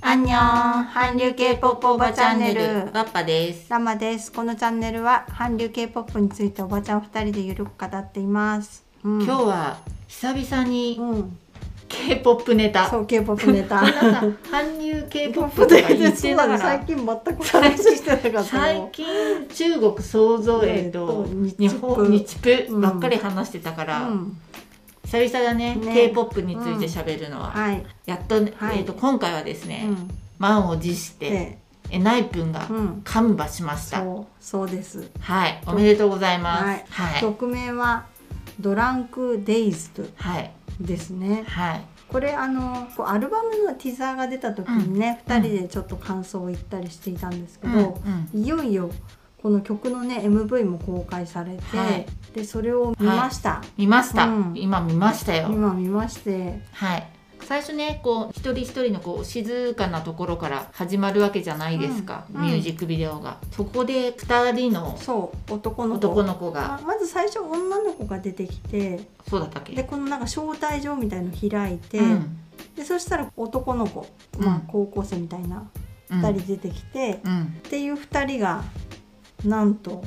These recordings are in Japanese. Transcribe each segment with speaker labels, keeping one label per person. Speaker 1: アンニョン韓流 K-POP おばチャンネル
Speaker 2: ガッパです。
Speaker 1: ラマですこのチャンネルは韓流 K-POP についておばちゃん二人でゆるく語っています、うん
Speaker 2: 今日は久々に
Speaker 1: うん、
Speaker 2: K-POP ネタ。
Speaker 1: そう K-POP ネタ
Speaker 2: 皆さん韓流 K-Pop とか言ってなが
Speaker 1: 最
Speaker 2: ら。
Speaker 1: 近全く話してなかった
Speaker 2: 最近中国創造園と
Speaker 1: うん
Speaker 2: 日
Speaker 1: 日プ
Speaker 2: 本日プばっかり話してたから、
Speaker 1: うん、
Speaker 2: 久々だね
Speaker 1: ね
Speaker 2: K-POP について喋るのは、
Speaker 1: はい、
Speaker 2: やっと,、
Speaker 1: はい
Speaker 2: えー、と今回はですね、
Speaker 1: うん、
Speaker 2: 満を持して
Speaker 1: で、
Speaker 2: えナイプンが
Speaker 1: うん、
Speaker 2: カンバしました、
Speaker 1: そうそうです、
Speaker 2: はいおめでとうございますはいはい
Speaker 1: 曲名はドランクデイズ
Speaker 2: はい、
Speaker 1: ですねこれあのこうアルバムのティザーが出た時にね、
Speaker 2: うん
Speaker 1: 二人でちょっと感想を言ったりしていたんですけ
Speaker 2: う
Speaker 1: ど、
Speaker 2: んうん
Speaker 1: いよいよこの曲のね MV も公開されて、
Speaker 2: はい
Speaker 1: でそれを見ました、
Speaker 2: 見ました、
Speaker 1: うん
Speaker 2: 今見ましたよ
Speaker 1: 今見まして
Speaker 2: はい。最初ねこう一人一人のこう静かなところから始まるわけじゃないですか、
Speaker 1: うんうん
Speaker 2: ミュージックビデオがそこで2人の
Speaker 1: そう男の子
Speaker 2: 男の子が
Speaker 1: ままず最初女の子が出てきて
Speaker 2: そうだったっけ
Speaker 1: でこのなんか招待状みたいの開いて、
Speaker 2: うん
Speaker 1: でそしたら男の子、
Speaker 2: うん
Speaker 1: まあ、高校生みたいな
Speaker 2: うん
Speaker 1: 2人出てきて、
Speaker 2: うん
Speaker 1: っていう2人がなんと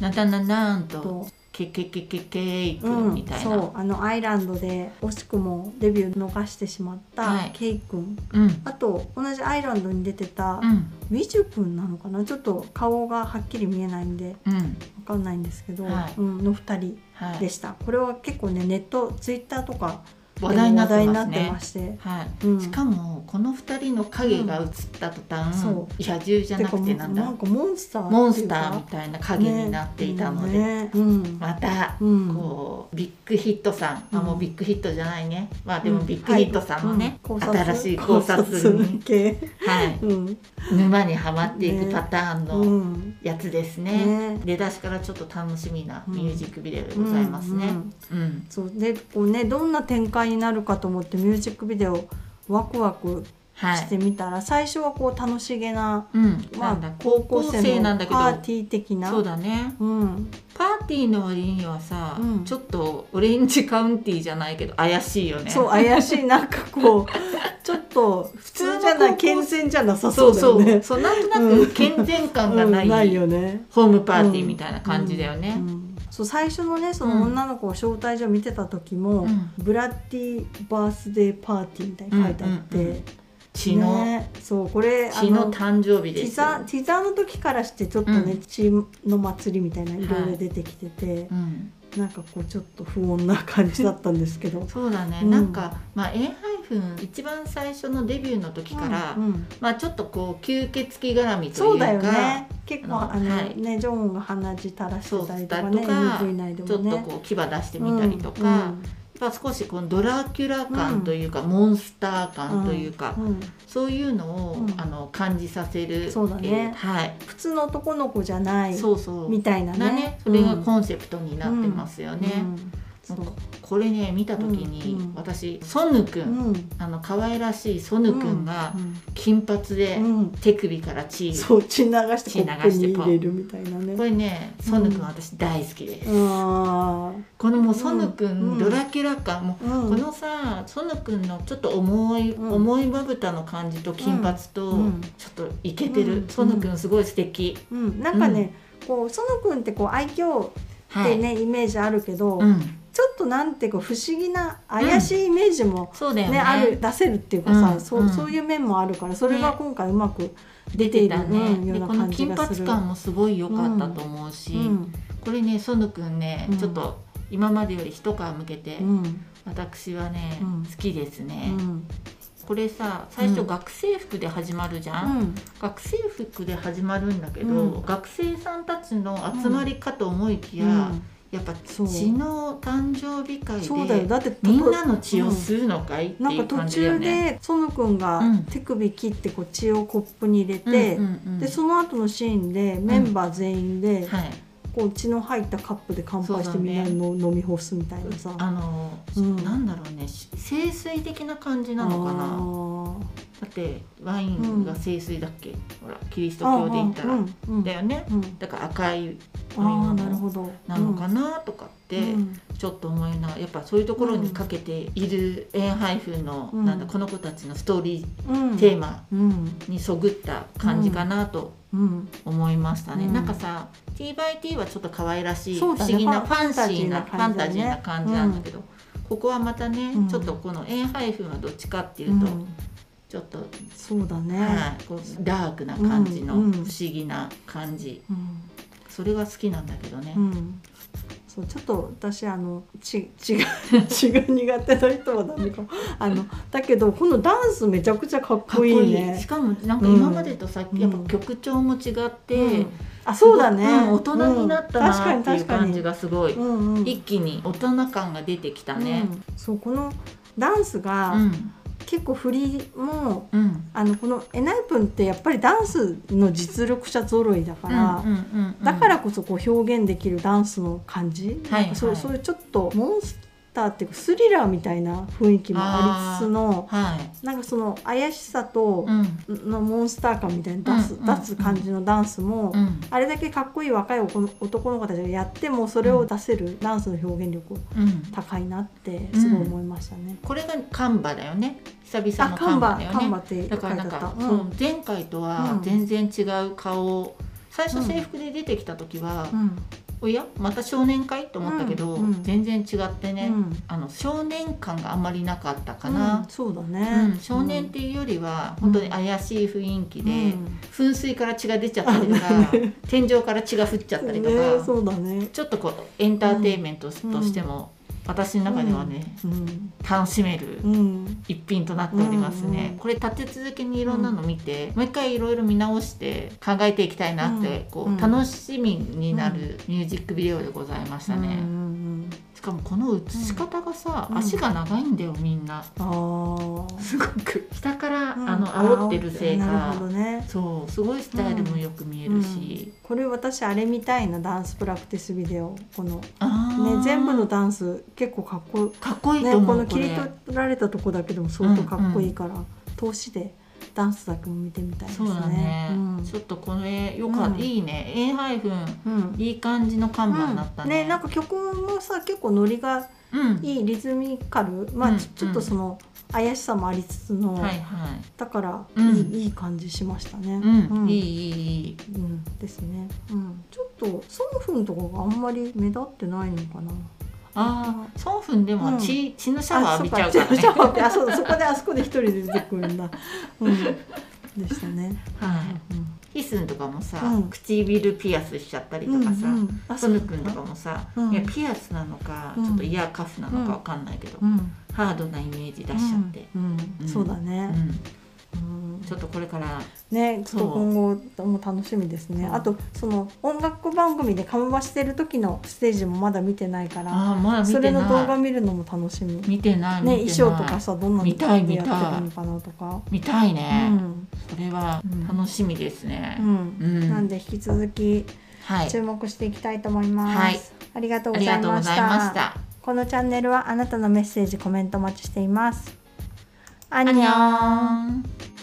Speaker 2: なんだなんだなん
Speaker 1: と
Speaker 2: とけけけけけいく
Speaker 1: うん
Speaker 2: みたい
Speaker 1: そう
Speaker 2: な
Speaker 1: あのアイランドで惜しくもデビュー逃してしまっ
Speaker 2: は
Speaker 1: た
Speaker 2: い
Speaker 1: ケイ君、
Speaker 2: うん
Speaker 1: あと同じアイランドに出てた
Speaker 2: うん
Speaker 1: ウィジュ君なのかなちょっと顔がはっきり見えないんでわ
Speaker 2: うん
Speaker 1: かんないんですけど、
Speaker 2: はい
Speaker 1: うん、の2人
Speaker 2: は
Speaker 1: で
Speaker 2: い
Speaker 1: した、これは結構ねネットツイッターとかでも
Speaker 2: 話題にな
Speaker 1: 話題になっ
Speaker 2: ってます
Speaker 1: て
Speaker 2: ね
Speaker 1: まして、
Speaker 2: は
Speaker 1: う
Speaker 2: い
Speaker 1: ん
Speaker 2: しかもこの2人の影が映った途端、
Speaker 1: そ
Speaker 2: 野獣じゃなくて
Speaker 1: て
Speaker 2: な
Speaker 1: か
Speaker 2: ん
Speaker 1: な
Speaker 2: だ
Speaker 1: んかモンスター
Speaker 2: モン
Speaker 1: ってい
Speaker 2: ス
Speaker 1: う
Speaker 2: タ
Speaker 1: か
Speaker 2: ーみたいな影になっていたので、
Speaker 1: ねうん
Speaker 2: また
Speaker 1: うん
Speaker 2: こうビッグヒットさん、
Speaker 1: う
Speaker 2: あ
Speaker 1: ん
Speaker 2: もうビッグヒットじゃないねまあで
Speaker 1: う
Speaker 2: も
Speaker 1: ん
Speaker 2: ビッグヒットさんのね、
Speaker 1: はいうん
Speaker 2: 新しい考察に、
Speaker 1: 系、
Speaker 2: はい、
Speaker 1: うん
Speaker 2: 沼にはまっていく
Speaker 1: ね
Speaker 2: パターン
Speaker 1: う
Speaker 2: の
Speaker 1: ん、
Speaker 2: やつですね
Speaker 1: ね
Speaker 2: 出だしからちょっと楽しみな
Speaker 1: うん
Speaker 2: ミュージックビデオでございますね
Speaker 1: うんうん
Speaker 2: うん、
Speaker 1: そうでこうねどんな展開になるかと思ってミュージックビデオワクワク
Speaker 2: は
Speaker 1: して
Speaker 2: い、
Speaker 1: みたら、最初はこう楽しげな、
Speaker 2: うん、
Speaker 1: ま
Speaker 2: なんだ
Speaker 1: あ、
Speaker 2: 高校生なんだけど
Speaker 1: パーティー的な
Speaker 2: そうだね
Speaker 1: うん、
Speaker 2: パーティーの割にはさ、
Speaker 1: うん
Speaker 2: ちょっとオレンジカウンティーじゃないけど怪しいよね
Speaker 1: そう怪しいなんか こうちょっと普通じゃな
Speaker 2: 普通の高
Speaker 1: い
Speaker 2: 校
Speaker 1: 健全じゃなさ
Speaker 2: そ
Speaker 1: そううだよ
Speaker 2: そ
Speaker 1: ね。
Speaker 2: う,、そうなんとなく健全感が
Speaker 1: うん
Speaker 2: ない,、
Speaker 1: よね。
Speaker 2: ホームパーティーみたいな感じだよね、
Speaker 1: うんうんそう最初のねその女の子を招待状見てた時も、
Speaker 2: うん
Speaker 1: ブラッディバースデーパーティーみたいに書いてあって、
Speaker 2: うんうんうん血の、
Speaker 1: ね、そうこれ
Speaker 2: 血の誕生日
Speaker 1: テ
Speaker 2: で
Speaker 1: ィ
Speaker 2: す
Speaker 1: ザ
Speaker 2: よ
Speaker 1: ーティザーの時からしてちょっとね、
Speaker 2: うん
Speaker 1: 血の祭りみたいないろいろ出てきてて、
Speaker 2: うん、
Speaker 1: なんかこうちょっと不穏な感じだったんですけど
Speaker 2: そうだね、
Speaker 1: うん
Speaker 2: なんか、まあ、エンハイフン一番最初のデビューの時から、
Speaker 1: うんうん
Speaker 2: まあ、ちょっとこう吸血鬼絡みと
Speaker 1: そ
Speaker 2: いううか
Speaker 1: だよね結構あの、
Speaker 2: あのはい
Speaker 1: ねジョンウンが鼻血垂らしてたりとか
Speaker 2: そ
Speaker 1: ね
Speaker 2: うしたりとか
Speaker 1: MV 内で
Speaker 2: ちょ
Speaker 1: も
Speaker 2: っ
Speaker 1: ね
Speaker 2: とこう牙出してみたりとか、まあ、少しこのドラキュラ感というか、モンスター感というか、
Speaker 1: うんうん
Speaker 2: そういうのを、
Speaker 1: うん
Speaker 2: あの感じさせる
Speaker 1: そうだね
Speaker 2: えーはい、
Speaker 1: 普通の男の子じゃない
Speaker 2: そうそう
Speaker 1: みたいなね
Speaker 2: なねそれがコンセプトになってますよね、
Speaker 1: うん
Speaker 2: も
Speaker 1: そう
Speaker 2: こ
Speaker 1: う
Speaker 2: これね見た時に、
Speaker 1: うんうん
Speaker 2: 私ソヌく、
Speaker 1: うんん
Speaker 2: あの可愛らしいソヌくんが金髪で、
Speaker 1: うんうん
Speaker 2: 手首からチーズ
Speaker 1: そう血流して
Speaker 2: 血流
Speaker 1: コ
Speaker 2: して
Speaker 1: ップに入れるみたいな
Speaker 2: こ
Speaker 1: ね
Speaker 2: れねソヌくん私大好きです、
Speaker 1: あ
Speaker 2: このもうソヌくん、
Speaker 1: うん
Speaker 2: ドラキュラ感も
Speaker 1: ーうん
Speaker 2: うこのさソヌくんのちょっと重い、
Speaker 1: うん
Speaker 2: 重いまぶたの感じと金髪と、
Speaker 1: うん
Speaker 2: ちょっとイケてる、
Speaker 1: うん
Speaker 2: ソヌくんすごい素敵、
Speaker 1: うん、なんかね、こう園くんってこう愛嬌っ
Speaker 2: は
Speaker 1: て
Speaker 2: い、
Speaker 1: ね、イメージあるけど、
Speaker 2: うん、
Speaker 1: ちょっとなんていうか不思議な怪しいイメージも、
Speaker 2: そうだ
Speaker 1: ね
Speaker 2: よね
Speaker 1: ある出せるっていうかさ、
Speaker 2: うん
Speaker 1: そう
Speaker 2: うん
Speaker 1: そういう面もあるからそれが
Speaker 2: ね
Speaker 1: 今回うまく
Speaker 2: 出てた
Speaker 1: 出てる
Speaker 2: ね、
Speaker 1: よう
Speaker 2: で
Speaker 1: な
Speaker 2: この
Speaker 1: 感じ
Speaker 2: 金
Speaker 1: がす
Speaker 2: 髪
Speaker 1: る
Speaker 2: 感もすごい良かったと思うし、
Speaker 1: うん
Speaker 2: これねソヌくんね、
Speaker 1: うん
Speaker 2: ちょっと今までより一皮むけて、
Speaker 1: うん
Speaker 2: 私はね、
Speaker 1: うん
Speaker 2: 好きです
Speaker 1: う
Speaker 2: ね、
Speaker 1: ん
Speaker 2: これさ最初
Speaker 1: うん
Speaker 2: 学生服で始まるじゃん
Speaker 1: うん
Speaker 2: 学生服で始まるんだけど、
Speaker 1: うん
Speaker 2: 学生さんたちの集まりかと思いきや、やっぱ
Speaker 1: そう
Speaker 2: 血の誕生日会
Speaker 1: そうだよ
Speaker 2: で
Speaker 1: だってたと
Speaker 2: みんなの血を吸うのかい、って
Speaker 1: なん
Speaker 2: い
Speaker 1: か
Speaker 2: う感
Speaker 1: 途
Speaker 2: じだよ
Speaker 1: 中
Speaker 2: ね。
Speaker 1: で園くんが
Speaker 2: うん
Speaker 1: 手首切ってこう血をコップに入れて、
Speaker 2: うんうんうん
Speaker 1: でその後のシーンでメンバー全員で、
Speaker 2: はい、
Speaker 1: こう血の入ったカップで乾杯してみんなの、飲み干すみたいなさ。
Speaker 2: あの、
Speaker 1: うん
Speaker 2: なんだろうねし清水的な感じなのか
Speaker 1: あ
Speaker 2: な
Speaker 1: ー
Speaker 2: だってワインが聖水だっけ、ほらキリスト教で言ったら、
Speaker 1: うんうん、
Speaker 2: だよね
Speaker 1: うん、
Speaker 2: だから赤い
Speaker 1: ああなるほど
Speaker 2: なのかなとかって
Speaker 1: うん
Speaker 2: ちょっと思いながらやっぱそういうところにかけているエンハイフンの
Speaker 1: うん
Speaker 2: なんだこの子たちのストーリ
Speaker 1: うん
Speaker 2: ーテーマ
Speaker 1: うん
Speaker 2: にそぐった感じかなと
Speaker 1: うん
Speaker 2: 思いましたね、
Speaker 1: うん
Speaker 2: なんかさ TYT はちょっと可愛らしい、不
Speaker 1: そうだ
Speaker 2: 思
Speaker 1: ね
Speaker 2: 議な
Speaker 1: フ
Speaker 2: フ
Speaker 1: ァ
Speaker 2: ァ
Speaker 1: ン
Speaker 2: ン
Speaker 1: タジ
Speaker 2: シー
Speaker 1: ーな
Speaker 2: なファンタジーな
Speaker 1: 感
Speaker 2: 感
Speaker 1: じだ
Speaker 2: じ
Speaker 1: ね
Speaker 2: なんだけど、ここはまたね、
Speaker 1: うん
Speaker 2: ちょっとこのエンハイフンはどっちかっていううと、
Speaker 1: ん
Speaker 2: ちょっと、
Speaker 1: そうだね、
Speaker 2: はい、こうダークな感じの
Speaker 1: う
Speaker 2: 不
Speaker 1: んうん
Speaker 2: 思議な感じ、
Speaker 1: うん
Speaker 2: それが好きなんだけどね
Speaker 1: う、んそうちょっと私あのち血が 血が苦手な人はダメかもあのだけどこのダンスめちゃくちゃかっ
Speaker 2: かっこ
Speaker 1: こ
Speaker 2: い
Speaker 1: いい
Speaker 2: いし
Speaker 1: ね
Speaker 2: かもなんか今までとさっき、
Speaker 1: うん
Speaker 2: やっぱ曲調も違って、
Speaker 1: うんあそうだね、
Speaker 2: ん大人になった
Speaker 1: うん確か
Speaker 2: な
Speaker 1: に
Speaker 2: っていう
Speaker 1: 確か
Speaker 2: 感
Speaker 1: に
Speaker 2: じがすごい、
Speaker 1: うんうん
Speaker 2: 一気に大人感が出てきたね。
Speaker 1: うんそうこのダンスが、
Speaker 2: うん
Speaker 1: 結構振りも
Speaker 2: うん
Speaker 1: あのこのエナイプンってやっぱりダンスの実力者揃いだから、
Speaker 2: うんうんうんうん
Speaker 1: だからこそこう表現できるダンスの感じ、
Speaker 2: はい
Speaker 1: なんかそう
Speaker 2: はい
Speaker 1: そういうちょっとモンスターっていうかスリラーみたいな雰囲気もありつつの
Speaker 2: はい、
Speaker 1: なんかその怪しさと
Speaker 2: うん
Speaker 1: のモンスター感みたいな出す,、
Speaker 2: うんうんうん
Speaker 1: 出す感じのダンスも、
Speaker 2: うん
Speaker 1: あれだけかっこいい若い男の子たちがやってもそれを出せるダンスの表現力
Speaker 2: うん、
Speaker 1: 高いなってすごい思いましたね。
Speaker 2: これがカンバだよね久
Speaker 1: あ
Speaker 2: 々の
Speaker 1: カ
Speaker 2: カ
Speaker 1: ン
Speaker 2: ン
Speaker 1: バ
Speaker 2: バだ
Speaker 1: カン
Speaker 2: よ
Speaker 1: バっ
Speaker 2: ね
Speaker 1: て書いて
Speaker 2: だから
Speaker 1: あ
Speaker 2: なん
Speaker 1: った。
Speaker 2: か、
Speaker 1: うん
Speaker 2: そう前回とは全然違う顔を最
Speaker 1: うん
Speaker 2: 初制服で出てきた時は、
Speaker 1: うん
Speaker 2: おやまた少年会と思ったけど、
Speaker 1: うんうん
Speaker 2: 全然違ってね、
Speaker 1: うん
Speaker 2: あの少年感があんまりなかったかな
Speaker 1: うん、そうだ
Speaker 2: うん
Speaker 1: ね、
Speaker 2: 少年っていうよりは
Speaker 1: うん
Speaker 2: 本当に怪しい雰囲気で、
Speaker 1: うん
Speaker 2: 噴水から血が出ちゃったりとか、天井から血が降っちゃったりとか、
Speaker 1: ね、そうだね、
Speaker 2: ちょっとこうエンターテインメントとしても、私の中ではね、
Speaker 1: うん
Speaker 2: 楽しめる
Speaker 1: うん、
Speaker 2: 一品となっておりますね、
Speaker 1: うん
Speaker 2: これ立て続けにいろんなの見て、もう一回いろいろ見直して考えていきたいなって、
Speaker 1: うん
Speaker 2: こ
Speaker 1: うん
Speaker 2: う楽しみになるミュージックビデオでございましたね、
Speaker 1: うんうんうん
Speaker 2: しかもこの映し方がさ、
Speaker 1: うん
Speaker 2: 足が長いんだよみんな
Speaker 1: ああ、
Speaker 2: すごく下から、
Speaker 1: うん
Speaker 2: あの煽ってるせい
Speaker 1: なる
Speaker 2: か
Speaker 1: ほどね。
Speaker 2: そうすごいスタイルもよく見えるし、
Speaker 1: うんこれ私あれみたいなダンスプラクティスビデオこのね
Speaker 2: あー
Speaker 1: 全部のダンス結構かっこ
Speaker 2: かっこ
Speaker 1: い
Speaker 2: い
Speaker 1: い、
Speaker 2: い
Speaker 1: ね、
Speaker 2: と思
Speaker 1: こ
Speaker 2: う、
Speaker 1: の
Speaker 2: こ
Speaker 1: 切
Speaker 2: れ
Speaker 1: り取られたとこだけでも相当かっこいいから、投資でダンスだけも見てみたいです
Speaker 2: そ
Speaker 1: ね。
Speaker 2: うだね、
Speaker 1: うん
Speaker 2: ちょっとこれよかった、
Speaker 1: うん
Speaker 2: いいね A ハイフン
Speaker 1: うん
Speaker 2: いい感じの看板になったね,、
Speaker 1: うんなんか曲もさ結構ノリが
Speaker 2: うん
Speaker 1: いいリズミカルまあ、
Speaker 2: うん
Speaker 1: ちちょっとその怪しさもありつつの、
Speaker 2: はいはい
Speaker 1: だからいい,、
Speaker 2: うん
Speaker 1: いい感じしましたね。
Speaker 2: うん、
Speaker 1: うん
Speaker 2: いいいいいい
Speaker 1: うんですね、うん、ちょっとソンフンとかがあんまり目立ってないのかな
Speaker 2: ああソンフンで
Speaker 1: うん
Speaker 2: も血,、血のシャワー浴びちゃ
Speaker 1: あ
Speaker 2: う
Speaker 1: そう
Speaker 2: からね
Speaker 1: かあそう そこであそこで一人で出てくるんだ、うん、でしたね、
Speaker 2: はい
Speaker 1: うん
Speaker 2: ヒスンとかもさ、
Speaker 1: うん
Speaker 2: 唇ピアスしちゃったりとかさ、
Speaker 1: うんうんあ
Speaker 2: ソヌ君とかもさ、
Speaker 1: うん
Speaker 2: いやピアスなのか、
Speaker 1: うん
Speaker 2: ちょっとイヤーカフなのかわかんないけど、
Speaker 1: うん
Speaker 2: ハードなイメージ出しちゃって、
Speaker 1: うん
Speaker 2: うん
Speaker 1: そうだ
Speaker 2: うん
Speaker 1: ね、うん
Speaker 2: ちょっとこれから
Speaker 1: ね、ちょっと
Speaker 2: そう
Speaker 1: 今後も楽しみですね。
Speaker 2: うん
Speaker 1: あとその音楽番組でカムバしてる時のステージもまだ見てないから、
Speaker 2: ああまだ見てな
Speaker 1: そ
Speaker 2: い
Speaker 1: れの動画見るのも楽しみ。ね、
Speaker 2: 見てない見てない
Speaker 1: 衣装とかさどんなの
Speaker 2: 見たい
Speaker 1: でや
Speaker 2: 見
Speaker 1: った
Speaker 2: い
Speaker 1: てるのかなとか。
Speaker 2: 見たいうね、
Speaker 1: ん、
Speaker 2: それは
Speaker 1: うん
Speaker 2: 楽しみですね、
Speaker 1: うん、
Speaker 2: うん
Speaker 1: なんで引き続き
Speaker 2: はい
Speaker 1: 注目していきたいと思います。
Speaker 2: はい
Speaker 1: ありがとう
Speaker 2: あ
Speaker 1: ご
Speaker 2: り
Speaker 1: ざ
Speaker 2: が
Speaker 1: い
Speaker 2: とうご
Speaker 1: まし
Speaker 2: ざいま
Speaker 1: た
Speaker 2: し。た
Speaker 1: このチャンネルはあなたのメッセージコメントお待ちしています。ア
Speaker 2: ア
Speaker 1: ン
Speaker 2: ン
Speaker 1: ニ
Speaker 2: ニ
Speaker 1: ョン。
Speaker 2: ョン